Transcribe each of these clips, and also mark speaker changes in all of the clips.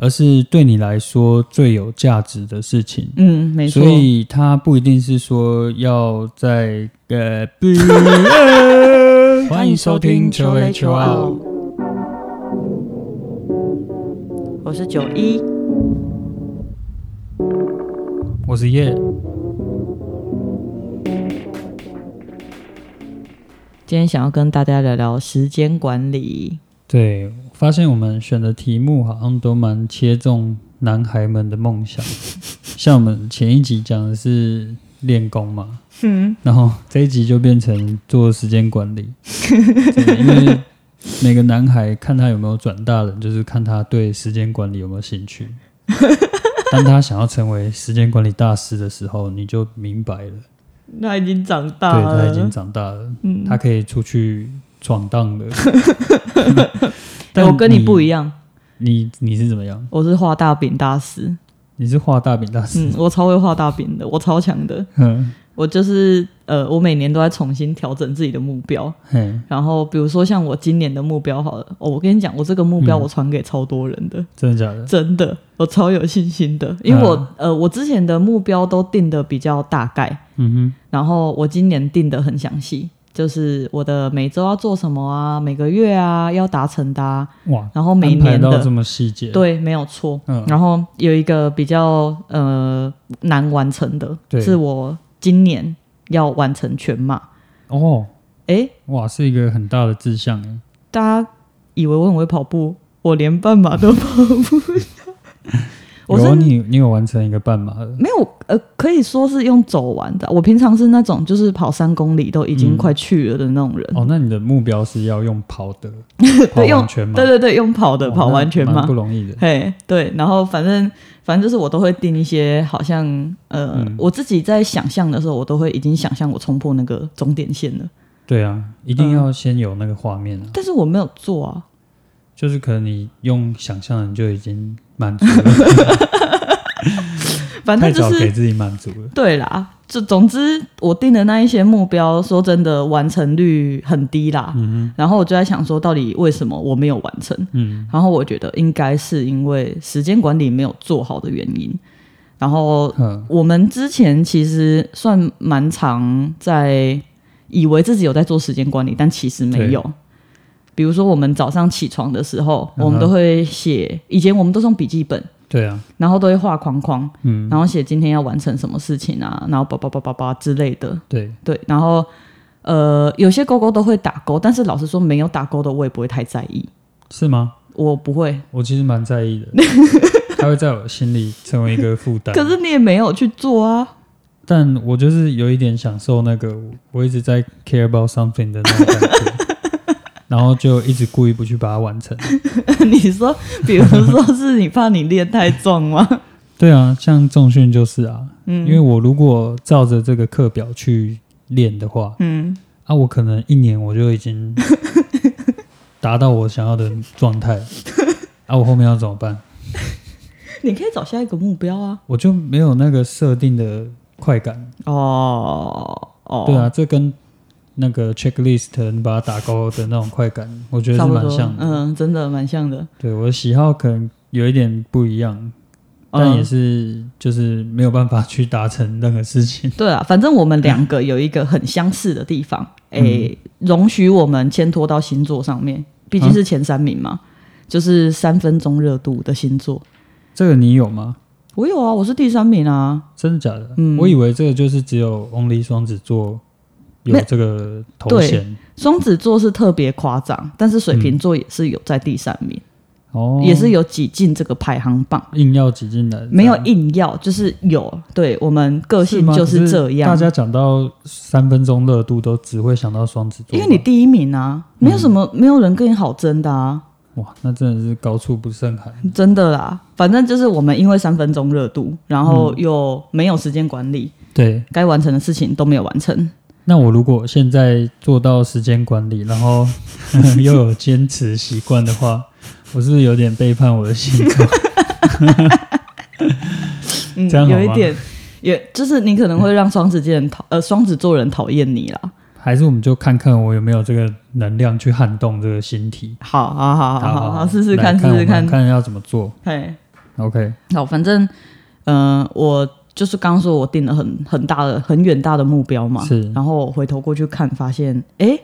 Speaker 1: 而是对你来说最有价值的事情。
Speaker 2: 嗯，没错。
Speaker 1: 所以它不一定是说要在呃，不欢迎收听求雷求奥，，
Speaker 2: 我是九一，
Speaker 1: 我是叶。
Speaker 2: 今天想要跟大家聊聊时间管理。
Speaker 1: 对，发现我们选的题目好像都蛮切中男孩们的梦 想，像我们前一集讲的是练功嘛，
Speaker 2: 嗯，
Speaker 1: 然后这一集就变成做时间管理，真的因为每个男孩看他有没有转大人，就是看他对时间管理有没有兴 趣。当他想要成为时间管理大师的时候，你就明白了，
Speaker 2: 他已经长大
Speaker 1: 对
Speaker 2: 了，
Speaker 1: 他已经长大了，
Speaker 2: 啊嗯。
Speaker 1: 他可以出去闯荡了
Speaker 2: 哎我跟你不一
Speaker 1: 样，
Speaker 2: 样，
Speaker 1: 你你是怎么样？
Speaker 2: 我是画大饼大师。
Speaker 1: 你是画大饼大师
Speaker 2: 嗯，，我超会画大饼的，我超强的。
Speaker 1: 嗯，
Speaker 2: 我就是呃，我每年都在重新调整自己的目标。
Speaker 1: 嘿，
Speaker 2: 然后比如说像我今年的目标好了，哦，我跟你讲，我这个目
Speaker 1: 嗯
Speaker 2: 标我传给超多人的，
Speaker 1: 真的假的？
Speaker 2: 真的，我超有信心的，因为我、呃，我之前的目标都定的比较大概，
Speaker 1: 嗯
Speaker 2: 然后我今年定的很详细，就是我的每周要做什么啊，每个月啊要达成的、啊，
Speaker 1: 哼，哇，
Speaker 2: 然后每
Speaker 1: 安排
Speaker 2: 年
Speaker 1: 到这
Speaker 2: 的。
Speaker 1: 么细节，
Speaker 2: 对，没有错。
Speaker 1: 嗯
Speaker 2: 然后有一个比较呃难完成的，
Speaker 1: 对
Speaker 2: 是我今年要完成全马。
Speaker 1: 哦，
Speaker 2: 诶，
Speaker 1: 哇，是一个很大的志向哎。
Speaker 2: 大家以为我很会跑步，我连半马都跑不到。我
Speaker 1: 有啊
Speaker 2: 是
Speaker 1: 你，你有完成一个半马了，
Speaker 2: 没有，呃，可以说是用走完的。我平常是那种就是跑三公里都已经快去了的那种人，
Speaker 1: 哦，那你的目标是要用跑的，跑
Speaker 2: 对，用
Speaker 1: 完全马，
Speaker 2: 对对对，用跑的
Speaker 1: 哇
Speaker 2: 跑完全
Speaker 1: 那蛮
Speaker 2: 马
Speaker 1: 不。容易的。
Speaker 2: 嘿，对，然后反正反正就是我都会定一些，好像呃，
Speaker 1: 嗯
Speaker 2: 我自己在想象的时候，我都会已经想象我冲破那个终点线了，
Speaker 1: 对啊，一
Speaker 2: 嗯
Speaker 1: 定要先有那个画面啊，
Speaker 2: 但是我没有做啊，
Speaker 1: 就是可能你用想象你就已经满足了，
Speaker 2: 反
Speaker 1: 太
Speaker 2: 正就
Speaker 1: 早
Speaker 2: 是
Speaker 1: 给自己满足了。
Speaker 2: 对啦，就总之我定的那一些目标，说真的完成率很低啦。然后我就在想说，到底为什么我没有完成？
Speaker 1: 嗯
Speaker 2: 然后我觉得应该是因为时间管理没有做好的原因。然后
Speaker 1: 嗯，
Speaker 2: 我们之前其实算蛮常在以为自己有在做时间管理，但其实没有。比如说，我们早上起床的时候，我们
Speaker 1: 嗯哼
Speaker 2: 都会写，以前我们都是用笔记本，
Speaker 1: 对啊，
Speaker 2: 然后都会画框框，
Speaker 1: 嗯，
Speaker 2: 然后写今天要完成什么事情啊，然后叭叭叭叭叭之类的，
Speaker 1: 对，
Speaker 2: 对，然后呃，有些勾勾都会打勾，但是老实说，没有打勾的我也不会太在意，
Speaker 1: 是吗？
Speaker 2: 我不会。
Speaker 1: 我其实蛮在 意的，它会在我心里成为一个负担。
Speaker 2: 可是你也没有去做啊，
Speaker 1: 但我就是有一点享受那个我一直在 care about something 的那种 感觉，然后就一直故意不去把它完成。
Speaker 2: 你说，比如说是你怕你练太重吗？
Speaker 1: 对啊，像重训就是啊，
Speaker 2: 嗯，
Speaker 1: 因为我如果照着这个课表去练的话，
Speaker 2: 嗯，
Speaker 1: 啊，我可能一年我就已 经达到我想要的状态，啊，我后面要怎么办？
Speaker 2: 你可以找下一个目标啊。
Speaker 1: 我就没有那个设定的快感。
Speaker 2: 哦哦，
Speaker 1: 对啊，，这跟那个 checklist 你把它打勾的那种快感，我觉得
Speaker 2: 差
Speaker 1: 是
Speaker 2: 不
Speaker 1: 蛮
Speaker 2: 多
Speaker 1: 像，的。
Speaker 2: 嗯，真的蛮像的。
Speaker 1: 对我的喜好可能有一点不一样，但也
Speaker 2: 嗯，
Speaker 1: 是就是没有办法去达成任何事情。
Speaker 2: 对啊，反正我们两个有一个很相似的地方，
Speaker 1: 嗯
Speaker 2: 诶、容许我们牵拖到星座上面，毕竟是前三名嘛，就是三分钟热度的星座。
Speaker 1: 这个你有吗？
Speaker 2: 我有啊，我是第三名啊，
Speaker 1: 真的假的？
Speaker 2: 嗯
Speaker 1: 我以为这个就是只有 only 双子座有
Speaker 2: 没
Speaker 1: 这个头衔
Speaker 2: 双子座是特别夸张，但是水瓶座也是有在第三名，
Speaker 1: 哦，
Speaker 2: 也是有挤进这个排行榜，
Speaker 1: 硬要挤进来，
Speaker 2: 没有
Speaker 1: 这样
Speaker 2: 硬要，就是有。对我们个
Speaker 1: 是
Speaker 2: 性
Speaker 1: 吗
Speaker 2: 就
Speaker 1: 可是
Speaker 2: 这
Speaker 1: 大
Speaker 2: 样，
Speaker 1: 家讲到三分钟热度，都只会想到双子座
Speaker 2: 因
Speaker 1: 吧，
Speaker 2: 为你第一名啊，
Speaker 1: 嗯
Speaker 2: 没有什么、没有人跟你好争的啊。
Speaker 1: 哇，那真的是高处不胜寒。
Speaker 2: 真的啦，反正就是我们因为三分钟热度，然后又没有时间管理，
Speaker 1: 对，
Speaker 2: 该完成的事情都没有完成。
Speaker 1: 那我如果现在做到时间管理，然后 又有坚持习惯的话，我是不是有点背叛我的星座？
Speaker 2: 嗯，
Speaker 1: 这样好
Speaker 2: 有
Speaker 1: 吗
Speaker 2: 一点，也就是你可能会让双子座人讨呃双子座人讨厌你啦。
Speaker 1: 还是我们就看看我有没有这个能量去撼动这个星体？
Speaker 2: 好好好好好，试试
Speaker 1: 来
Speaker 2: 看，
Speaker 1: 看，
Speaker 2: 试试
Speaker 1: 我们
Speaker 2: 看。
Speaker 1: 看要怎么做。
Speaker 2: 嘿，
Speaker 1: OK，
Speaker 2: 好，反正呃，我就是刚刚说我定了很很大的、很远大的目标嘛，
Speaker 1: 是
Speaker 2: 然后我回头过去看，发现诶，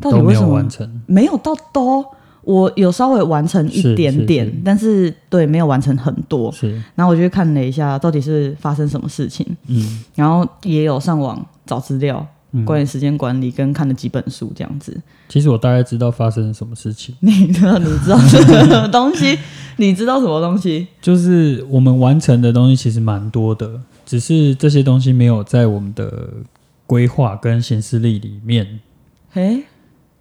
Speaker 2: 到底
Speaker 1: 都
Speaker 2: 为
Speaker 1: 没
Speaker 2: 什
Speaker 1: 有
Speaker 2: 么
Speaker 1: 完成，
Speaker 2: 没有到都？我有稍微完成一
Speaker 1: 是
Speaker 2: 点
Speaker 1: 是
Speaker 2: 点，
Speaker 1: 是
Speaker 2: 但是对没有完成很多。
Speaker 1: 是
Speaker 2: 然后我就去看了一下，到底是发生什么事情，
Speaker 1: 嗯
Speaker 2: 然后也有上网找资料，
Speaker 1: 嗯。
Speaker 2: 关于时间管理跟看了几本书这样子。
Speaker 1: 其实我大概知道发生了什么事情，
Speaker 2: 你知道你知道这个东西， 你知道什么东西？
Speaker 1: 就是我们完成的东西其实蛮多的，只是这些东西没有在我们的规划跟行事历里面。
Speaker 2: 诶，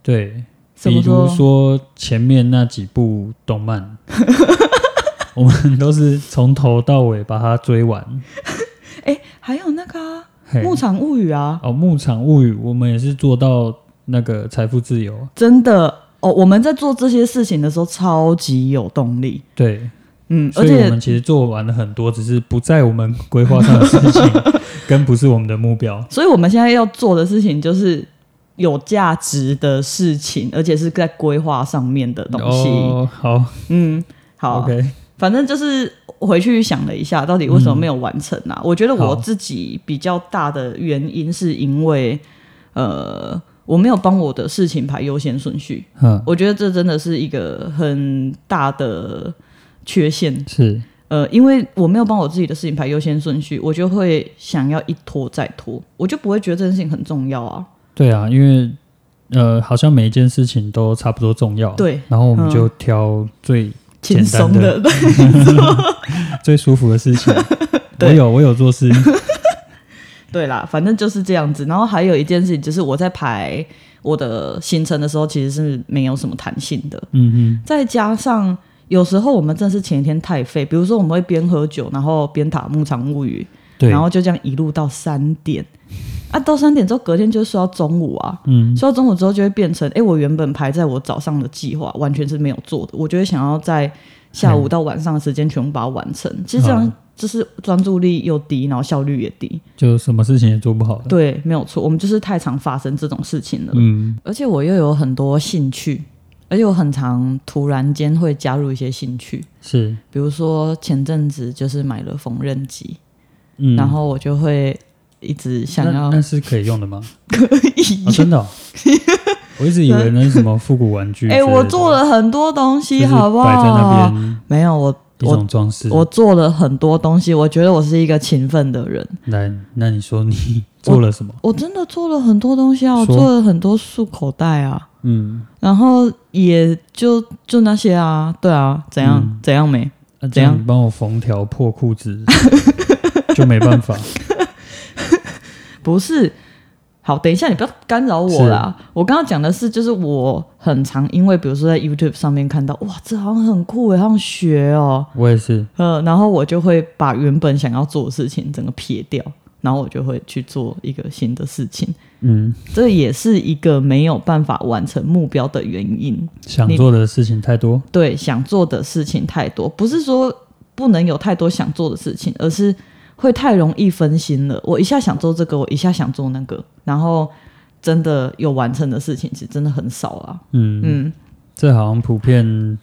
Speaker 1: 对，
Speaker 2: 怎
Speaker 1: 比
Speaker 2: 么
Speaker 1: 如
Speaker 2: 说？
Speaker 1: 说前面那几部动 漫，我们都是从头到尾把它追完。
Speaker 2: 诶，还有那个、啊
Speaker 1: 嘿
Speaker 2: 《牧场物语》啊，
Speaker 1: 哦，《牧场物语》我们也是做到那个财富自由。
Speaker 2: 真的哦，我们在做这些事情的时候超级有动力。
Speaker 1: 对，
Speaker 2: 嗯，
Speaker 1: 所
Speaker 2: 而
Speaker 1: 以我
Speaker 2: 且
Speaker 1: 们其实做完了很多，只是不在我们规划上的事 情，跟不是我们的目标。
Speaker 2: 所以我们现在要做的事情就是有价值的事情，而且是在规划上面的东西。
Speaker 1: 哦，好
Speaker 2: 嗯，好
Speaker 1: o k
Speaker 2: 反正就是回去想了一下，到底为什么没有完成
Speaker 1: 嗯
Speaker 2: 啊？我觉得我自己比较大的原因是因为，呃，我没有帮我的事情排优先顺序。
Speaker 1: 嗯，
Speaker 2: 我觉得这真的是一个很大的缺陷。
Speaker 1: 是，
Speaker 2: 呃，因为我没有帮我自己的事情排优先顺序，我就会想要一拖再拖，我就不会觉得这件事情很重要啊。
Speaker 1: 对啊，因为呃，好像每一件事情都差不多重要。，
Speaker 2: 对，嗯
Speaker 1: 然后我们就挑最、
Speaker 2: 轻松
Speaker 1: 简
Speaker 2: 的
Speaker 1: 单，最舒服的事情。我有，我有做 事。
Speaker 2: 对啦，反正就是这样子。然后还有一件事情，就是我在排我的行程的时候，其实是没有什么弹性的。
Speaker 1: 嗯
Speaker 2: 再加上有时候我们真的是前一天太废，比如说我们会边喝酒，然后边打《牧场物语
Speaker 1: 哼，》，对
Speaker 2: 然，后就这样一路到三点。啊，到三点之后，隔天就睡到中午啊。
Speaker 1: 嗯，
Speaker 2: 睡到中午之后，就会变成，哎、我原本排在我早上的计划完全是没有做的，我就会想要在下午到晚上的时间全部把它完成。其实这样
Speaker 1: 嗯
Speaker 2: 就是专注力又低，然后效率也低。
Speaker 1: 就什么事情也做不好了。
Speaker 2: 对，没有错，我们就是太常发生这种事情了。
Speaker 1: 嗯，
Speaker 2: 而且我又有很多兴趣，而且我很常突然间会加入一些兴趣，
Speaker 1: 是，
Speaker 2: 比如说前阵子就是买了缝纫机，
Speaker 1: 嗯，
Speaker 2: 然后我就会一直想要
Speaker 1: 那那是可以用的 吗？
Speaker 2: 可以
Speaker 1: 啊，。真 的哦、我一直以为那是什么复古玩具。
Speaker 2: 哎、我做，了很多东西，
Speaker 1: 就是
Speaker 2: 好不
Speaker 1: 摆在那
Speaker 2: 好？
Speaker 1: 边
Speaker 2: 没有，我
Speaker 1: 一种装饰。
Speaker 2: 我做了很多东西，我觉得我是一个勤奋的人，
Speaker 1: 来，那你说你做了什么？
Speaker 2: 我真的做了很多东西啊，我
Speaker 1: 说
Speaker 2: 做了很多束口袋啊，
Speaker 1: 嗯，
Speaker 2: 然后也就就那些啊，对啊，怎样、
Speaker 1: 嗯
Speaker 2: 怎样没？
Speaker 1: 那
Speaker 2: 怎
Speaker 1: 这
Speaker 2: 样
Speaker 1: 样你帮我缝条破裤 子就没办法。
Speaker 2: 不是。好，等一下，你不要干扰我啦。我刚刚讲的是，就是我很常因为，比如说在 YouTube 上面看到，哇，这好像很酷欸耶，好想学哦，
Speaker 1: 我也是，
Speaker 2: 呃，然后我就会把原本想要做的事情整个撇掉，然后我就会去做一个新的事情。
Speaker 1: 嗯，
Speaker 2: 这也是一个没有办法完成目标的原因。
Speaker 1: 想
Speaker 2: 你
Speaker 1: 做的事情太多。
Speaker 2: 对，想做的事情太多，不是说不能有太多想做的事情，而是会太容易分心了。我一下想做这个，我一下想做那个，然后真的有完成的事情，其实真的很少啊。
Speaker 1: 嗯，
Speaker 2: 嗯，
Speaker 1: 这好像普遍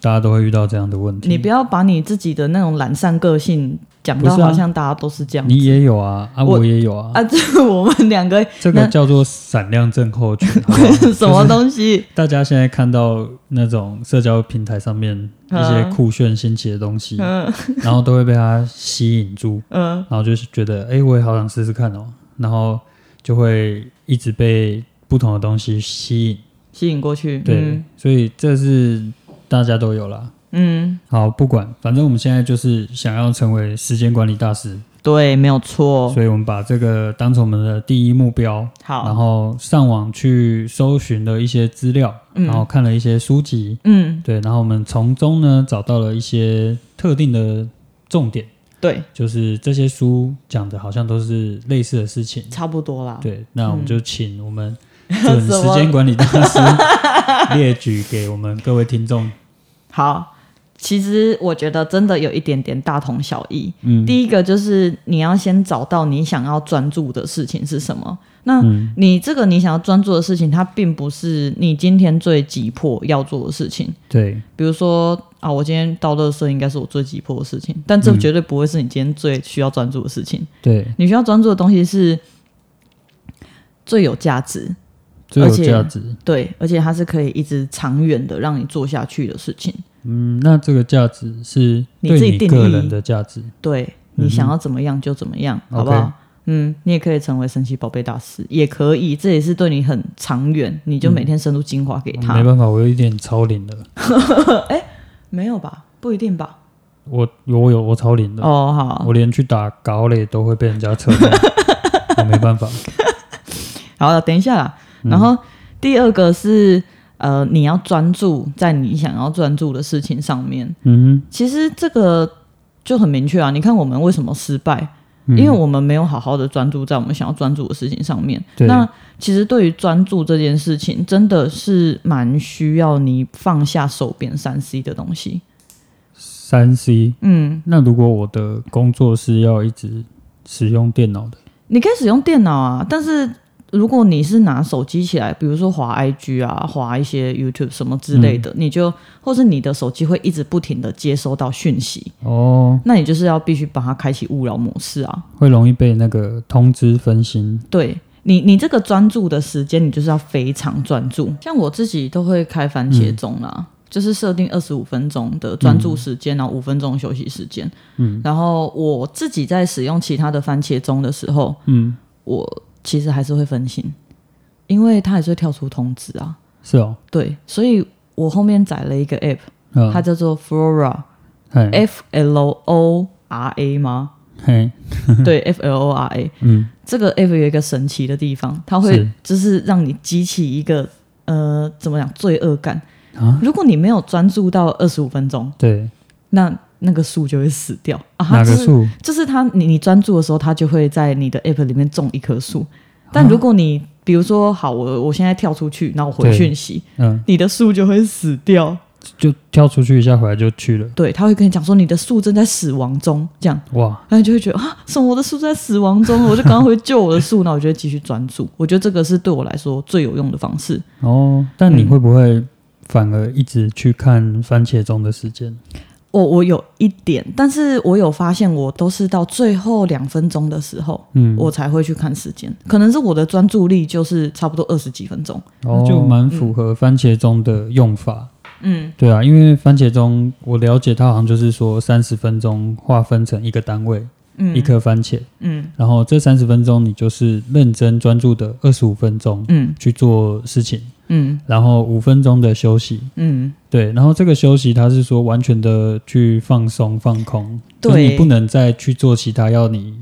Speaker 1: 大家都会遇到这样的问题。
Speaker 2: 你不要把你自己的那种懒散个性讲到
Speaker 1: 不是啊
Speaker 2: 好像大家都是这样子。
Speaker 1: 你也有啊，啊，
Speaker 2: 我
Speaker 1: 我也有啊，
Speaker 2: 啊，这我们两个
Speaker 1: 这
Speaker 2: 那
Speaker 1: 个叫做闪亮症候 群。好不好
Speaker 2: 什么东西？
Speaker 1: 大家现在看到那种社交平台上面一些酷炫新奇的东西，
Speaker 2: 嗯
Speaker 1: 然后都会被它吸引住，
Speaker 2: 嗯，
Speaker 1: 然后就是觉得，哎，我也好想试试看哦，然后就会一直被不同的东西吸引。
Speaker 2: 吸引过去。
Speaker 1: 对，
Speaker 2: 嗯
Speaker 1: 所以这是大家都有啦。
Speaker 2: 嗯，
Speaker 1: 好，不管，反正我们现在就是想要成为时间管理大师，
Speaker 2: 对，没有错。
Speaker 1: 所以我们把这个当成我们的第一目标，然
Speaker 2: 好，
Speaker 1: 后上网去搜寻了一些资料，
Speaker 2: 嗯
Speaker 1: 然后看了一些书籍，
Speaker 2: 嗯，
Speaker 1: 对，然后我们从中呢找到了一些特定的重点，
Speaker 2: 对，
Speaker 1: 就是这些书讲的好像都是类似的事情。
Speaker 2: 差不多啦。
Speaker 1: 对，那我们就请我们准时间管理大师列举给我们各位听众。
Speaker 2: 好，其实我觉得真的有一点点大同小异。
Speaker 1: 嗯
Speaker 2: 第一个就是你要先找到你想要专注的事情是什么。那
Speaker 1: 嗯
Speaker 2: 你这个你想要专注的事情，它并不是你今天最急迫要做的事情。
Speaker 1: 对，
Speaker 2: 比如说啊，我今天倒垃圾应该是我最急迫的事情，但这
Speaker 1: 嗯
Speaker 2: 绝对不会是你今天最需要专注的事情。
Speaker 1: 对，
Speaker 2: 你需要专注的东西是最有价值，
Speaker 1: 最有
Speaker 2: 而且
Speaker 1: 价值。
Speaker 2: 对，而且它是可以一直长远的让你做下去的事情。
Speaker 1: 嗯，那这个价值是
Speaker 2: 你
Speaker 1: 对
Speaker 2: 自己定
Speaker 1: 个
Speaker 2: 义
Speaker 1: 人的价值。
Speaker 2: 对你
Speaker 1: 嗯哼
Speaker 2: 想要怎么样就怎么样，好不
Speaker 1: OK
Speaker 2: 好？嗯，你也可以成为神奇宝贝大师，也可以，这也是对你很长远，你就每天深入精华给他。
Speaker 1: 嗯没办法，我有一点超龄了。
Speaker 2: 没有吧？不一定吧？
Speaker 1: 我有我有我超龄了，
Speaker 2: 哦，好，
Speaker 1: 我连去打高垒都会被人家扯 掉，我没办法。
Speaker 2: 好了，等一下啦。
Speaker 1: 嗯
Speaker 2: 然后第二个是，呃，你要专注在你想要专注的事情上面。
Speaker 1: 嗯
Speaker 2: 其实这个就很明确啊。你看我们为什么失败？
Speaker 1: 哼，
Speaker 2: 因为
Speaker 1: 嗯
Speaker 2: 我们没有好好的专注在我们想要专注的事情上面。
Speaker 1: 对
Speaker 2: 那其实对于专注这件事情，真的是蛮需要你放下手边三 C 的东西。
Speaker 1: 三 C，
Speaker 2: 嗯，
Speaker 1: 那如果我的工作是要一直使用电脑的，
Speaker 2: 你可以使用电脑啊，但是如果你是拿手机起来，比如说滑 IG 啊、滑一些 YouTube 什么之类的，
Speaker 1: 嗯
Speaker 2: 你就或是你的手机会一直不停的接收到讯息，
Speaker 1: 哦，
Speaker 2: 那你就是要必须把它开启勿扰模式啊。
Speaker 1: 会容易被那个通知分心。
Speaker 2: 对你，你这个专注的时间，你就是要非常专注。像我自己都会开番
Speaker 1: 嗯
Speaker 2: 茄钟啦，就是设定二十五分钟的专注时间，然后五分钟的休息时间。
Speaker 1: 嗯，
Speaker 2: 然后我自己在使用其他的番茄钟的时候，
Speaker 1: 嗯，
Speaker 2: 我其实还是会分心，因为它还是会跳出通知啊。
Speaker 1: 是哦，
Speaker 2: 对，所以我后面载了一个 app，、
Speaker 1: 嗯，
Speaker 2: 它叫做 Flora，F 哎
Speaker 1: 嘿，
Speaker 2: L O R A 吗？
Speaker 1: 嘿，
Speaker 2: 对，F L O R A。
Speaker 1: 嗯，
Speaker 2: 这个 app 有一个神奇的地方，它会
Speaker 1: 是
Speaker 2: 就是让你激起一个呃，怎么讲罪恶感
Speaker 1: 啊。
Speaker 2: 如果你没有专注到二十五分钟，
Speaker 1: 对，
Speaker 2: 那那个树就会死掉啊。它
Speaker 1: 哪
Speaker 2: 就
Speaker 1: 个
Speaker 2: 是
Speaker 1: 数？
Speaker 2: 就是它，你你专注的时候，它就会在你的 app 里面种一棵树。
Speaker 1: 啊
Speaker 2: 但如果你、比如说，好，我我现在跳出去，然后我回
Speaker 1: 对
Speaker 2: 讯息，
Speaker 1: 嗯，
Speaker 2: 你的树就会死掉。
Speaker 1: 就跳出去一下，回来就去了。
Speaker 2: 对，它会跟你讲说你的树正在死亡中，这样，
Speaker 1: 哇，
Speaker 2: 然后你就会觉得啊，什么我的树在死亡中，我就赶快回去救我的树，那我就会继续专注。 我觉得这个是对我来说最有用的方式。
Speaker 1: 哦，但你
Speaker 2: 嗯
Speaker 1: 会不会反而一直去看番茄钟的时间？
Speaker 2: 我我有一点，但是我有发现，我都是到最后两分钟的时候，
Speaker 1: 嗯，
Speaker 2: 我才会去看时间，可能是我的专注力就是差不多二十几分钟。
Speaker 1: 哦那就蛮符合番茄钟的用法。
Speaker 2: 嗯，
Speaker 1: 对啊，因为番茄钟我了解它好像就是说三十分钟划分成一个单位，
Speaker 2: 嗯
Speaker 1: 一颗番茄，
Speaker 2: 嗯
Speaker 1: 然后这三十分钟你就是认真专注的二十五分钟
Speaker 2: 嗯
Speaker 1: 去做事情，
Speaker 2: 嗯
Speaker 1: 然后五分钟的休息。
Speaker 2: 嗯，
Speaker 1: 对，然后这个休息它是说完全的去放松放空，就是
Speaker 2: 对
Speaker 1: 你不能再去做其他要你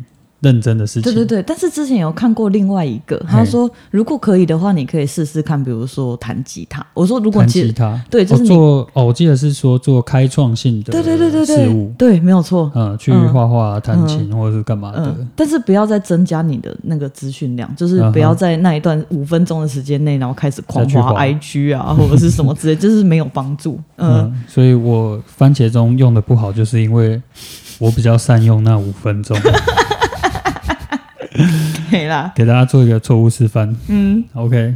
Speaker 1: 认真的事情。
Speaker 2: 对对对。但是之前有看过另外一个，他说如果可以的话，你可以试试看，比如说弹吉他。我说如果
Speaker 1: 弹
Speaker 2: 其
Speaker 1: 吉
Speaker 2: 实
Speaker 1: 他，
Speaker 2: 对就
Speaker 1: 哦、
Speaker 2: 是你
Speaker 1: 做哦，我记得是说做开创性的
Speaker 2: 对对对对
Speaker 1: 事物
Speaker 2: 对，对，没有错。
Speaker 1: 嗯，去
Speaker 2: 嗯
Speaker 1: 画画、弹琴或者是干嘛的，
Speaker 2: 嗯，但是不要再增加你的那个资讯量，就是
Speaker 1: 嗯哼
Speaker 2: 不要在那一段五分钟的时间内，然后开始狂
Speaker 1: 再去
Speaker 2: 滑
Speaker 1: 滑
Speaker 2: IG 啊， 或者是什么之类，就是没有帮助。嗯，
Speaker 1: 嗯，所以我番茄钟用的不好，就是因为我比较善用那五分 钟，
Speaker 2: 对啦，
Speaker 1: 给大家做一个错误示范。
Speaker 2: 嗯，
Speaker 1: OK，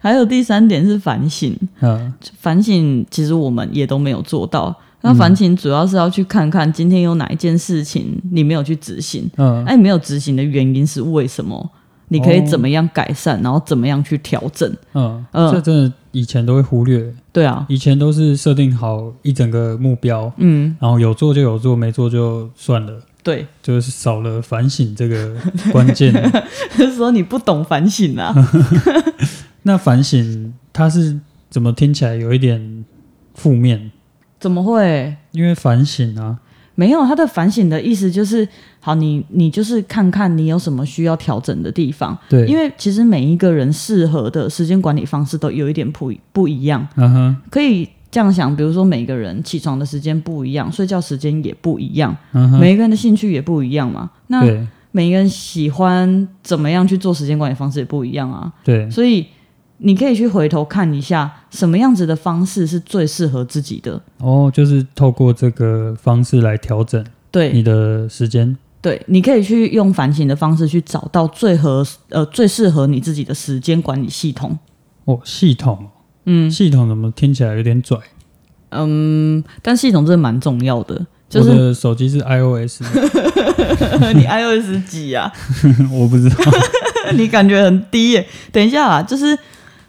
Speaker 2: 还有第三点是反省，
Speaker 1: 嗯，
Speaker 2: 反省其实我们也都没有做到。那
Speaker 1: 嗯
Speaker 2: 反省主要是要去看看今天有哪一件事情你没有去执行，
Speaker 1: 嗯，
Speaker 2: 哎，没有执行的原因是为什么？你可以
Speaker 1: 哦
Speaker 2: 怎么样改善，然后怎么样去调整？
Speaker 1: 嗯，
Speaker 2: 嗯
Speaker 1: 这真的以前都会忽略，
Speaker 2: 对啊，
Speaker 1: 以前都是设定好一整个目标，
Speaker 2: 嗯，
Speaker 1: 然后有做就有做，没做就算了，
Speaker 2: 对，
Speaker 1: 就是少了反省这个关键。
Speaker 2: 就是说你不懂反省啊。
Speaker 1: 嗯那反省它是怎么听起来有一点负面？
Speaker 2: 怎么会？
Speaker 1: 因为反省啊，
Speaker 2: 没有，他的反省的意思就是，好，你你就是看看你有什么需要调整的地方，
Speaker 1: 对，
Speaker 2: 因
Speaker 1: 为
Speaker 2: 为其实每一个人适合的时间管理方式都有一点不一不一样，
Speaker 1: 嗯哼，
Speaker 2: 可以这样想，比如说每个人起床的时间不一样，睡觉时间也不一样，
Speaker 1: 嗯哼，
Speaker 2: 每一个人的兴趣也不一样嘛，那
Speaker 1: 对
Speaker 2: 每一个人喜欢怎么样去做时间管理方式也不一样啊，
Speaker 1: 对，
Speaker 2: 所以你可以去回头看一下，什么样子的方式是最适合自己的。
Speaker 1: 哦，就是透过这个方式来调整
Speaker 2: 对
Speaker 1: 你的时间。
Speaker 2: 对，你可以去用反省的方式去找到最合呃最适合你自己的时间管理系统。
Speaker 1: 哦，系统，
Speaker 2: 嗯
Speaker 1: 系统怎么听起来有点拽？
Speaker 2: 嗯，但系统真的蛮重要的，就
Speaker 1: 我
Speaker 2: 是
Speaker 1: 的手机是 iOS，
Speaker 2: 你 iOS 几啊？
Speaker 1: 我不知 道。
Speaker 2: 你感觉很低耶、等一下啊，就是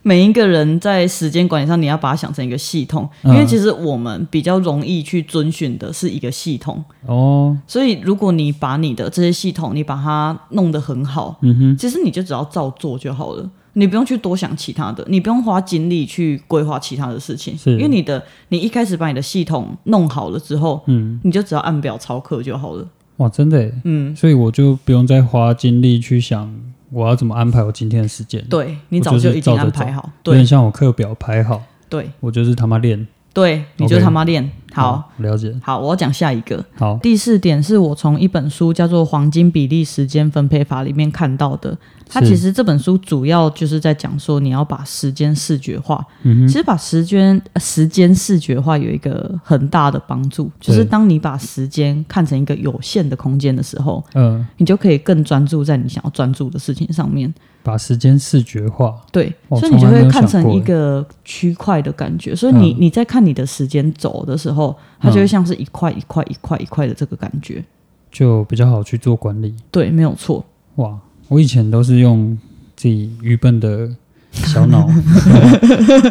Speaker 2: 每一个人在时间管理上，你要把它想成一个系统，因
Speaker 1: 嗯
Speaker 2: 为其实我们比较容易去遵循的是一个系统，
Speaker 1: 哦，
Speaker 2: 所以如果你把你的这些系统，你把它弄得很好，
Speaker 1: 嗯哼，
Speaker 2: 其实你就只要照做就好了。你不用去多想其他的，你不用花精力去规划其他的事情，
Speaker 1: 是
Speaker 2: 因为你的你一开始把你的系统弄好了之后，
Speaker 1: 嗯，
Speaker 2: 你就只要按表操课就好了。
Speaker 1: 哇，真的耶，
Speaker 2: 嗯，
Speaker 1: 所以我就不用再花精力去想我要怎么安排我今天的时间。，
Speaker 2: 对你早
Speaker 1: 我就是
Speaker 2: 就已经
Speaker 1: 照着
Speaker 2: 安排好，
Speaker 1: 有点
Speaker 2: 对
Speaker 1: 像我课表排好，
Speaker 2: 对
Speaker 1: 我就是他妈练。
Speaker 2: 对，你就
Speaker 1: OK
Speaker 2: 他妈练好。
Speaker 1: 嗯，了解。
Speaker 2: 好，我要讲下一个。
Speaker 1: 好，
Speaker 2: 第四点是我从一本书叫做《黄金比例时间分配法》里面看到的。它
Speaker 1: 是
Speaker 2: 其实这本书主要就是在讲说，你要把时间视觉化。
Speaker 1: 嗯
Speaker 2: 其
Speaker 1: 哼，
Speaker 2: 实把时间呃时间视觉化有一个很大的帮助，就是
Speaker 1: 对
Speaker 2: 当你把时间看成一个有限的空间的时候，
Speaker 1: 嗯、
Speaker 2: 你就可以更专注在你想要专注的事情上面。
Speaker 1: 把时间视觉化。
Speaker 2: 对，
Speaker 1: 哦
Speaker 2: 所以你
Speaker 1: 从
Speaker 2: 就
Speaker 1: 来没
Speaker 2: 会
Speaker 1: 有
Speaker 2: 看
Speaker 1: 想
Speaker 2: 成
Speaker 1: 过
Speaker 2: 一
Speaker 1: 耶
Speaker 2: 个区块的感觉。所以你、
Speaker 1: 嗯
Speaker 2: 你在看你的时间轴的时候，它就会
Speaker 1: 嗯
Speaker 2: 像是一块一块一块一块的这个感觉。
Speaker 1: 就比较好去做管理。
Speaker 2: 对，没有错。
Speaker 1: 哇，我以前都是用自己愚笨的小 脑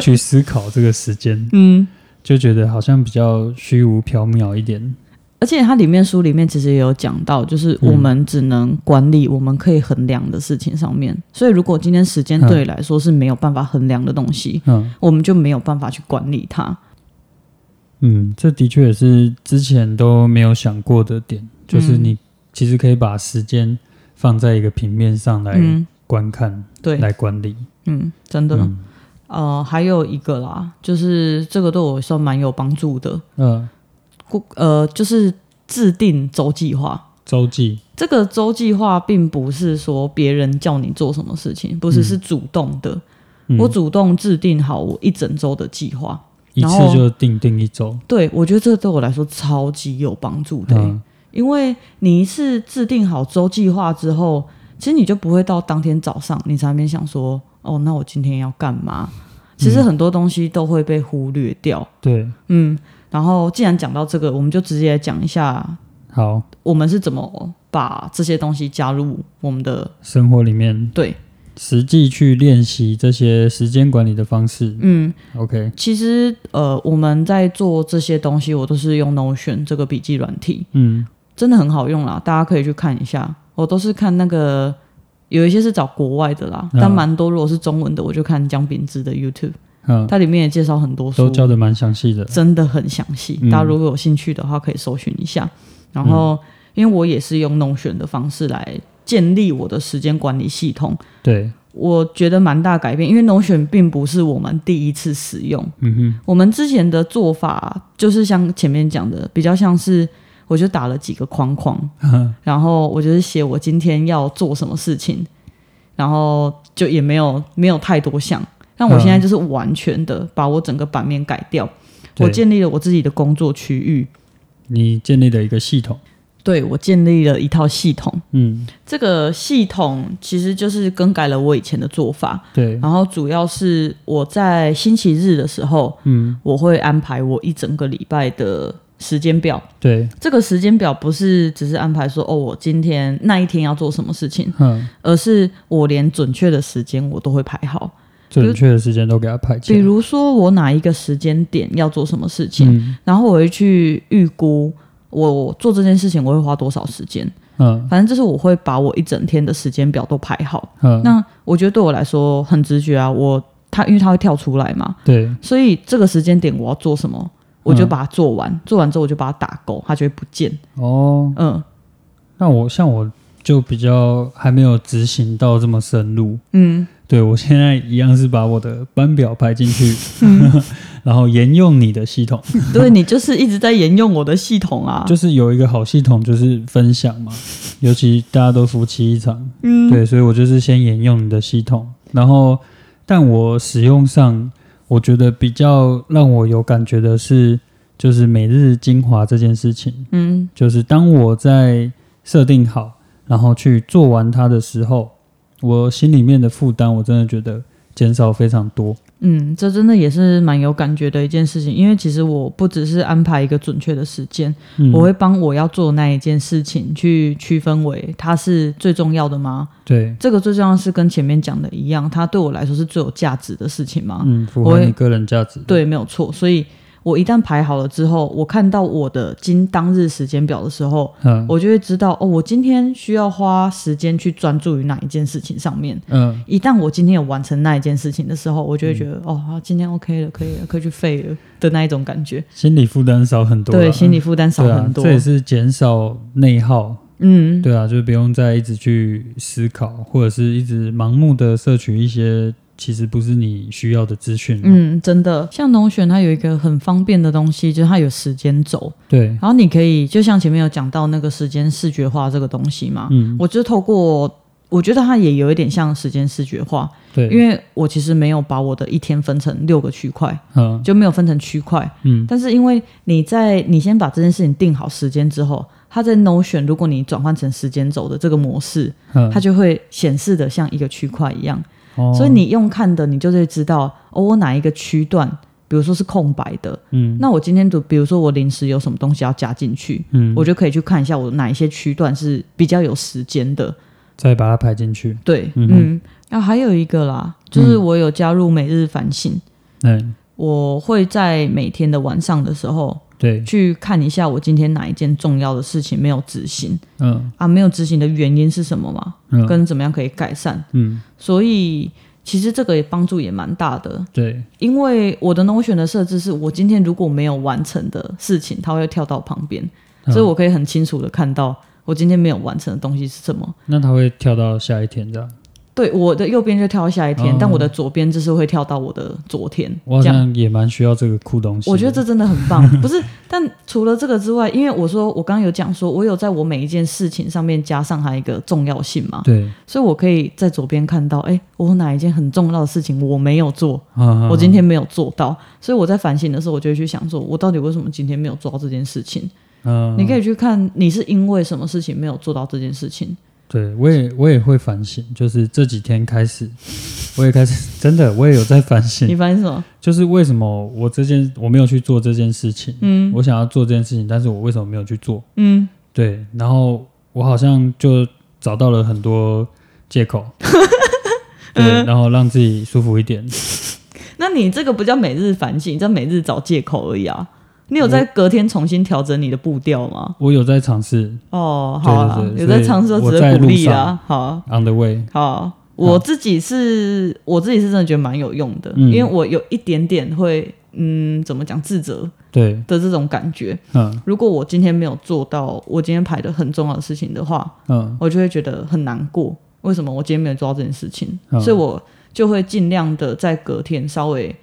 Speaker 1: 去思考这个时间，
Speaker 2: 嗯，
Speaker 1: 就觉得好像比较虚无缥缈一点。
Speaker 2: 而且它里面书里面其实也有讲到，就是
Speaker 1: 嗯
Speaker 2: 我们只能管理我们可以衡量的事情上面。所以如果今天时间对你来说是没有办法衡量的东西，
Speaker 1: 嗯
Speaker 2: 我们就没有办法去管理它。
Speaker 1: 嗯，这的确也是之前都没有想过的点，就是
Speaker 2: 嗯
Speaker 1: 你其实可以把时间放在一个平面上来
Speaker 2: 嗯，
Speaker 1: 观看、
Speaker 2: 对，
Speaker 1: 哎来管理。
Speaker 2: 嗯，真的。
Speaker 1: 嗯
Speaker 2: 呃，还有一个啦，就是这个对我算蛮有帮助的。
Speaker 1: 呃，
Speaker 2: 顾呃，就是制定周计划。
Speaker 1: 周记
Speaker 2: 这个周计划并不是说别人叫你做什么事情，不是是主动的。
Speaker 1: 嗯
Speaker 2: 我主动制定好我一整周的计划，
Speaker 1: 一
Speaker 2: 然
Speaker 1: 次
Speaker 2: 后
Speaker 1: 就定定一周。
Speaker 2: 对，我觉得这个对我来说超级有帮助的欸、
Speaker 1: 嗯
Speaker 2: 因为你一次制定好周计划之后，其实你就不会到当天早上你才在那边想说，哦，那我今天要干嘛？其实很多东西都会被忽略掉。
Speaker 1: 对，
Speaker 2: 嗯，然后既然讲到这个，我们就直接讲一下
Speaker 1: 好，
Speaker 2: 我们是怎么把这些东西加入我们的
Speaker 1: 生活里面
Speaker 2: 对，
Speaker 1: 实际去练习这些时间管理的方式。
Speaker 2: 嗯，
Speaker 1: OK，
Speaker 2: 其实呃，我们在做这些东西，我都是用 Notion 这个笔记软体，
Speaker 1: 嗯，
Speaker 2: 真的很好用啦，大家可以去看一下。我都是看那个有一些是找国外的啦，
Speaker 1: 嗯
Speaker 2: 但蛮多如果是中文的，我就看姜秉之的 YouTube，
Speaker 1: 嗯，
Speaker 2: 它里面也介绍很多
Speaker 1: 都
Speaker 2: 书，
Speaker 1: 教的蛮详细的。
Speaker 2: 真的很详细。
Speaker 1: 嗯
Speaker 2: 大家如果有兴趣的话，可以搜寻一下。然后，因为我也是用弄选的方式来建立我的时间管理系统，
Speaker 1: 对，
Speaker 2: 我觉得蛮大改变，因为 Notion 并不是我们第一次使用，
Speaker 1: 嗯哼，
Speaker 2: 我们之前的做法就是像前面讲的，比较像是我就打了几个框框，然后我就是写我今天要做什么事情，然后就也没有没有太多项。但我现在就是完全的把我整个版面改掉，
Speaker 1: 对
Speaker 2: 我建立了我自己的工作区域，
Speaker 1: 你建立的一个系统，
Speaker 2: 对我建立了一套系统。
Speaker 1: 嗯，
Speaker 2: 这个系统其实就是更改了我以前的做法，
Speaker 1: 对，
Speaker 2: 然后主要是我在星期日的时候，
Speaker 1: 嗯，
Speaker 2: 我会安排我一整个礼拜的时间表。
Speaker 1: 对，
Speaker 2: 这个时间表不是只是安排说哦，我今天那一天要做什么事情，
Speaker 1: 嗯，
Speaker 2: 而是我连准确的时间我都会排好。
Speaker 1: 准确的时间都给它排
Speaker 2: 比
Speaker 1: 起来。
Speaker 2: 如说我哪一个时间点要做什么事情，
Speaker 1: 嗯
Speaker 2: 然后我会去预估我做这件事情我会花多少时间。
Speaker 1: 嗯
Speaker 2: 反正就是我会把我一整天的时间表都排好。
Speaker 1: 嗯，
Speaker 2: 那我觉得对我来说很直觉啊，我它因为它会跳出来嘛，
Speaker 1: 对，
Speaker 2: 所以这个时间点我要做什么，我
Speaker 1: 嗯
Speaker 2: 就把它做完，做完之后我就把它打勾，它就会不见。
Speaker 1: 哦，
Speaker 2: 嗯
Speaker 1: 那我像我就比较还没有执行到这么深入。
Speaker 2: 嗯，
Speaker 1: 对，我现在一样是把我的班表排进去，
Speaker 2: 嗯
Speaker 1: 然后沿用你的系统，
Speaker 2: 对你就是一直在沿用我的系统啊。
Speaker 1: 就是有一个好系统，就是分享 嘛，尤其大家都夫妻一场，
Speaker 2: 嗯，
Speaker 1: 对，所以我就是先沿用你的系统，然后但我使用上，我觉得比较让我有感觉的是，就是每日精华这件事情，
Speaker 2: 嗯
Speaker 1: 就是当我在设定好，然后去做完它的时候，我心里面的负担，我真的觉得减少非常多。
Speaker 2: 嗯，这真的也是蛮有感觉的一件事情，因为其实我不只是安排一个准确的时间，
Speaker 1: 嗯
Speaker 2: 我会帮我要做的那一件事情去区分为它是最重要的吗？
Speaker 1: 对，
Speaker 2: 这个最重要是跟前面讲的一样，它对我来说是最有价值的事情吗？
Speaker 1: 嗯，符
Speaker 2: 我
Speaker 1: 合
Speaker 2: 会
Speaker 1: 你个人价值。，
Speaker 2: 对，没有错。所以我一旦排好了之后，我看到我的今当日时间表的时候，
Speaker 1: 嗯
Speaker 2: 我就会知道哦，我今天需要花时间去专注于哪一件事情上面。
Speaker 1: 嗯，
Speaker 2: 一旦我今天有完成那一件事情的时候，我就会觉得、哦，好今天 OK 了，可以了，可以去废了的那一种感觉。
Speaker 1: 心理负担少很多啦。
Speaker 2: 对，心理负担少
Speaker 1: 对啊
Speaker 2: 很多。
Speaker 1: 这也是减少内耗。
Speaker 2: 嗯，
Speaker 1: 对啊，就是不用再一直去思考，或者是一直盲目的摄取一些其实不是你需要的资讯。，
Speaker 2: 嗯，真的，像农选它有一个很方便的东西，就是它有时间轴，
Speaker 1: 对，
Speaker 2: 然后你可以就像前面有讲到那个时间视觉化这个东西嘛，
Speaker 1: 嗯，
Speaker 2: 我就透过。我觉得它也有一点像时间视觉化，
Speaker 1: 对，
Speaker 2: 因为我其实没有把我的一天分成六个区块，
Speaker 1: 嗯
Speaker 2: 就没有分成区块。
Speaker 1: 嗯
Speaker 2: 但是因为你在你先把这件事情定好时间之后，它在 Notion 如果你转换成时间轴的这个模式，
Speaker 1: 嗯，
Speaker 2: 它就会显示的像一个区块一样。
Speaker 1: 哦
Speaker 2: 所以你用看的，你就会知道哦，我哪一个区段，比如说是空白的，
Speaker 1: 嗯
Speaker 2: 那我今天就比如说我临时有什么东西要加进去，
Speaker 1: 嗯，
Speaker 2: 我就可以去看一下我哪一些区段是比较有时间的。
Speaker 1: 再把它排进去。
Speaker 2: 对，
Speaker 1: 嗯
Speaker 2: 嗯
Speaker 1: 哼，
Speaker 2: 然、后还有一个啦，就是我有加入每日反省，
Speaker 1: 嗯，
Speaker 2: 我会在每天的晚上的时候
Speaker 1: 对，
Speaker 2: 去看一下我今天哪一件重要的事情没有执行
Speaker 1: 嗯
Speaker 2: 啊，没有执行的原因是什么嘛，
Speaker 1: 嗯
Speaker 2: 跟怎么样可以改善，
Speaker 1: 嗯，
Speaker 2: 所以。其实这个也帮助也蛮大的，
Speaker 1: 对，
Speaker 2: 因为我的 Notion 的设置是我今天如果没有完成的事情，它会跳到旁边，
Speaker 1: 嗯
Speaker 2: 所以我可以很清楚的看到我今天没有完成的东西是什么。
Speaker 1: 那它会跳到下一天这样。
Speaker 2: 对，我的右边就跳到下一天，
Speaker 1: 哦
Speaker 2: 但我的左边就是会跳到我的昨天，
Speaker 1: 我好
Speaker 2: 这样。
Speaker 1: 像也蛮需要这个酷东西的。
Speaker 2: 我觉得这真的很棒， 不是？但除了这个之外，因为我说我刚刚有讲说，我有在我每一件事情上面加上它一个重要性嘛，
Speaker 1: 对，
Speaker 2: 所以我可以在左边看到，哎，我哪一件很重要的事情我没有做，
Speaker 1: 啊
Speaker 2: 我今天没有做到，所以我在反省的时候，我就会去想说，我到底为什么今天没有做到这件事情？
Speaker 1: 嗯，
Speaker 2: 你可以去看你是因为什么事情没有做到这件事情。
Speaker 1: 对我也我也会反省，就是这几天开始，我也开始真的我也有在反省
Speaker 2: 你，发现什么？
Speaker 1: 就是为什么我这件我没有去做这件事情，
Speaker 2: 嗯
Speaker 1: 我想要做这件事情，但是我为什么没有去做？
Speaker 2: 嗯，
Speaker 1: 对，然后我好像就找到了很多借 口，对，
Speaker 2: 嗯
Speaker 1: 然后让自己舒服一点。
Speaker 2: 那你这个不叫每日反省，叫每日找借口而已啊。你有在隔天重新调整你的步调吗？
Speaker 1: 我有在尝试
Speaker 2: 哦，好啊，
Speaker 1: 对对对
Speaker 2: 有在尝试，
Speaker 1: 所以
Speaker 2: 只
Speaker 1: 我在
Speaker 2: 是鼓
Speaker 1: 路
Speaker 2: 励
Speaker 1: 上
Speaker 2: 啦。好啊，
Speaker 1: on the way，
Speaker 2: 好啊，我自己是，我自己是真的觉得蛮有用的，
Speaker 1: 嗯
Speaker 2: 因为我有一点点会，嗯，怎么讲自责
Speaker 1: 对，
Speaker 2: 的这种感觉。
Speaker 1: 嗯
Speaker 2: 如果我今天没有做到我今天排的很重要的事情的话，
Speaker 1: 嗯
Speaker 2: 我就会觉得很难过。为什么我今天没有做到这件事情？
Speaker 1: 嗯
Speaker 2: 所以我就会尽量的在隔天稍微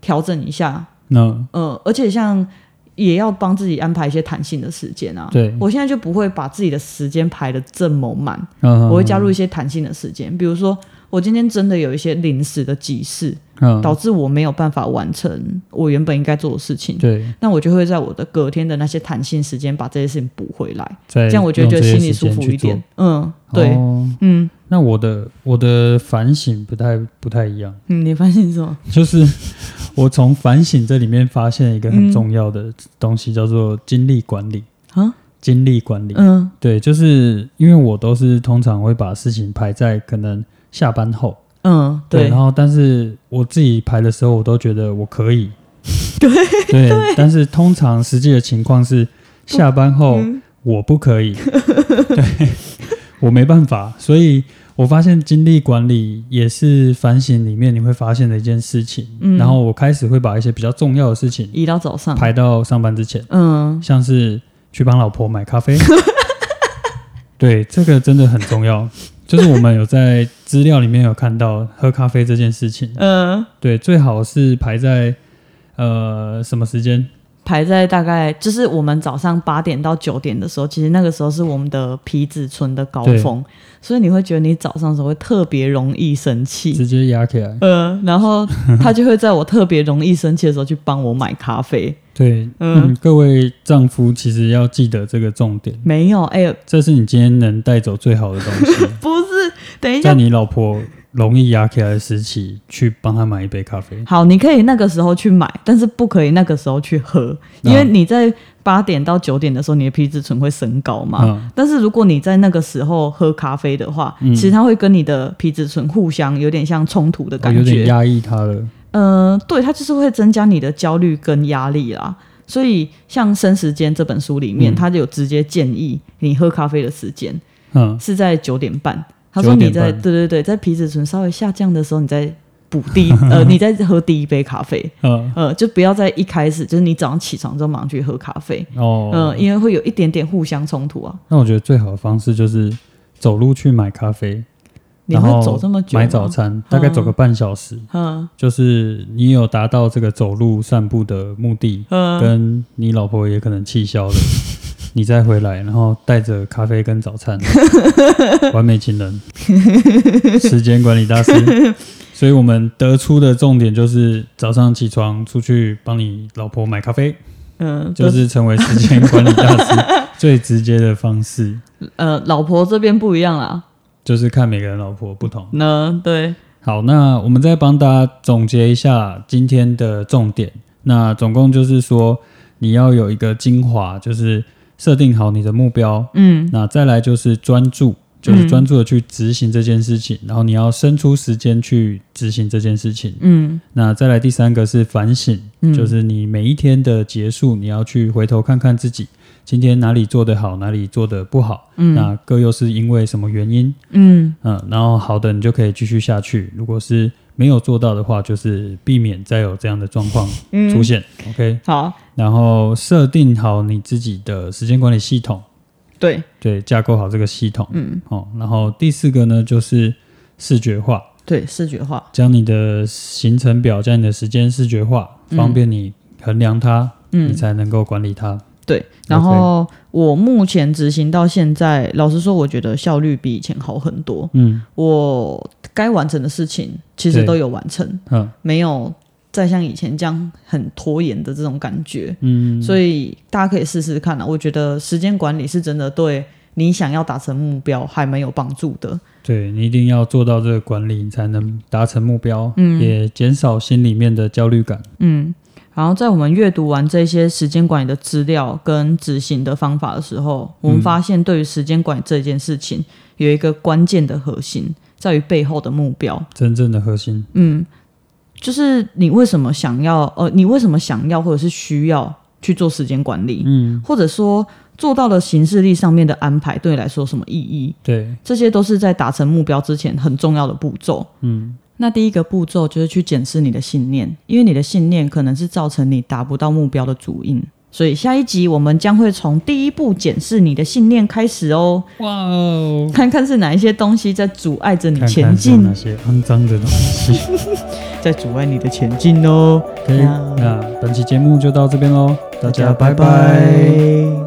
Speaker 2: 调整一下。
Speaker 1: 那
Speaker 2: 呃，而且像也要帮自己安排一些弹性的时间啊。
Speaker 1: 对
Speaker 2: 我现在就不会把自己的时间排的这么满，
Speaker 1: 嗯，
Speaker 2: 我会加入一些弹性的时间，比如说。我今天真的有一些临时的急事，
Speaker 1: 嗯
Speaker 2: 导致我没有办法完成我原本应该做的事情。
Speaker 1: 对，
Speaker 2: 那我就会在我的隔天的那些弹性时间把这些事情补回来，
Speaker 1: 这
Speaker 2: 这样我就觉得心里舒服一点。。嗯，对，
Speaker 1: 哦
Speaker 2: 嗯
Speaker 1: 那我的我的反省不太不太一样，
Speaker 2: 嗯，你发现什么？
Speaker 1: 就是我从反省这里面发现一个很重要的东西，叫做精力管理。
Speaker 2: 啊，
Speaker 1: 精力管理，
Speaker 2: 嗯
Speaker 1: 对，就是因为我都是通常会把事情排在可能下班后，
Speaker 2: 嗯，
Speaker 1: 对，
Speaker 2: 对
Speaker 1: 然，后但是我自己排的时候，我都觉得我可以， 对对，但是通常实际的情况是下班后
Speaker 2: 嗯
Speaker 1: 我不可 以，对我没办法，所以我发现精力管理也是反省里面你会发现的一件事情，
Speaker 2: 嗯
Speaker 1: 然后我开始会把一些比较重要的事情
Speaker 2: 移到早上，
Speaker 1: 排到上班之前。
Speaker 2: 嗯
Speaker 1: 像是去帮老婆买咖啡。 对，这个真的很重要。就是我们有在资料里面有看到喝咖啡这件事情，
Speaker 2: 嗯，
Speaker 1: 呃对，最好是排在呃什么时间？
Speaker 2: 排在大概就是我们早上八点到九点的时候，其实那个时候是我们的皮质醇的高峰，所以你会觉得你早上的时候会特别容易生气。
Speaker 1: 直接压起来。
Speaker 2: 呃，然后他就会在我特别容易生气的时候去帮我买咖啡。
Speaker 1: 对，
Speaker 2: 嗯
Speaker 1: 嗯，各位丈夫其实要记得这个重点，
Speaker 2: 没有，哎、
Speaker 1: 这是你今天能带走最好的东 西。
Speaker 2: 不是，等一
Speaker 1: 在
Speaker 2: 下，
Speaker 1: 你老婆容易压起来的时期，去帮她买一杯咖 啡。
Speaker 2: 好，你可以那个时候去买，但是不可以那个时候去喝，因为你在八点到九点的时候，你的皮质醇会升高嘛。
Speaker 1: 嗯，
Speaker 2: 但是如果你在那个时候喝咖啡的话，
Speaker 1: 嗯
Speaker 2: 其实它会跟你的皮质醇互相有点像冲突的
Speaker 1: 我
Speaker 2: 感
Speaker 1: 哦有点
Speaker 2: 觉。
Speaker 1: 压抑她了。
Speaker 2: 呃，对，它就是会增加你的焦虑跟压力啦。所以像《生时间》这本书里面，
Speaker 1: 嗯
Speaker 2: 它就有直接建议你喝咖啡的时间
Speaker 1: 嗯，
Speaker 2: 是在九点半。他说你在
Speaker 1: 9:30
Speaker 2: 对对对，在皮质醇稍微下降的时候，你再补 第一呃，你再喝第一杯咖啡，
Speaker 1: 嗯，
Speaker 2: 呃，就不要在一开始就是你早上起床之后马上去喝咖啡，
Speaker 1: 哦，
Speaker 2: 呃，因为会有一点点互相冲突啊。
Speaker 1: 那我觉得最好的方式就是走路去买咖啡，
Speaker 2: 你
Speaker 1: 然
Speaker 2: 会
Speaker 1: 后
Speaker 2: 走这么久吗？
Speaker 1: 买早餐，大概走个半小时。
Speaker 2: 嗯
Speaker 1: 就是你有达到这个走路散步的目的，
Speaker 2: 嗯，
Speaker 1: 跟你老婆也可能气消 了，你再回来，然后带着咖啡跟早 餐，完美情人，时间管理大 师。所以我们得出的重点就是早上起床出去帮你老婆买咖啡，
Speaker 2: 嗯，
Speaker 1: 就
Speaker 2: 就是
Speaker 1: 是成为时间管理大 师最直接的方式，
Speaker 2: 呃，老婆这边不一样啦。
Speaker 1: 就是看每个人老婆不同。
Speaker 2: 那对，
Speaker 1: 好，那我们再帮大家总结一下今天的重点。那总共就是说，你要有一个精华，就是设定好你的目标。
Speaker 2: 嗯
Speaker 1: 那再来就是专注，就是专注的去执行这件事情，然后你要伸出时间去执行这件事情。
Speaker 2: 嗯
Speaker 1: 那再来第三个是反省，
Speaker 2: 嗯
Speaker 1: 就是你每一天的结束，你要去回头看看自己今天哪里做得好，哪里做得不好，
Speaker 2: 嗯
Speaker 1: 那各又是因为什么原因？
Speaker 2: 嗯
Speaker 1: 嗯，然后好的你就可以继续下去。如果是没有做到的话，就是避免再有这样的状况
Speaker 2: 嗯，
Speaker 1: 出现。OK，
Speaker 2: 好，
Speaker 1: 然后设定好你自己的时间管理系统，
Speaker 2: 对，
Speaker 1: 对，架构好这个系统。
Speaker 2: 嗯
Speaker 1: 哦，然后第四个呢就是视觉化，
Speaker 2: 对，视觉化，
Speaker 1: 将你的行程表、将你的时间视觉化，
Speaker 2: 嗯
Speaker 1: 方便你衡量它，你
Speaker 2: 嗯
Speaker 1: 才能够管理它。
Speaker 2: 对。然后我目前执行到现在，老实说，我觉得效率比以前好很多。
Speaker 1: 嗯
Speaker 2: 我该完成的事情其实
Speaker 1: 对
Speaker 2: 都有完成，
Speaker 1: 嗯
Speaker 2: 没有再像以前这样很拖延的这种感觉。
Speaker 1: 嗯，
Speaker 2: 所以大家可以试试看啊。我觉得时间管理是真的对你想要达成目标还蛮有帮助的。
Speaker 1: 对你一定要做到这个管理，你才能达成目标，
Speaker 2: 嗯
Speaker 1: 也减少心里面的焦虑感。
Speaker 2: 嗯，然后在我们阅读完这些时间管理的资料跟执行的方法的时候，我们发现对于时间管理这件事情有一个关键的核心，在于背后的目标。
Speaker 1: 真正的核心。
Speaker 2: 嗯，就是你为什么想要，呃，你为什么想要或者是需要去做时间管理，
Speaker 1: 嗯，
Speaker 2: 或者说做到了行事历上面的安排对你来说有什么意义？
Speaker 1: 对，
Speaker 2: 这些都是在达成目标之前很重要的步骤。
Speaker 1: 嗯
Speaker 2: 那第一个步骤就是去检视你的信念，因为你的信念可能是造成你达不到目标的主因。所以下一集我们将会从第一步检视你的信念开始哦，
Speaker 1: 哇哦，
Speaker 2: 看看是哪一些东西在阻碍着你
Speaker 1: 看
Speaker 2: 前
Speaker 1: 看是
Speaker 2: 进，
Speaker 1: 哪些肮脏的东西。
Speaker 2: 在阻碍你的前进哦。
Speaker 1: OK，
Speaker 2: 那
Speaker 1: 那本期节目就到这边喽，大家拜拜
Speaker 2: 拜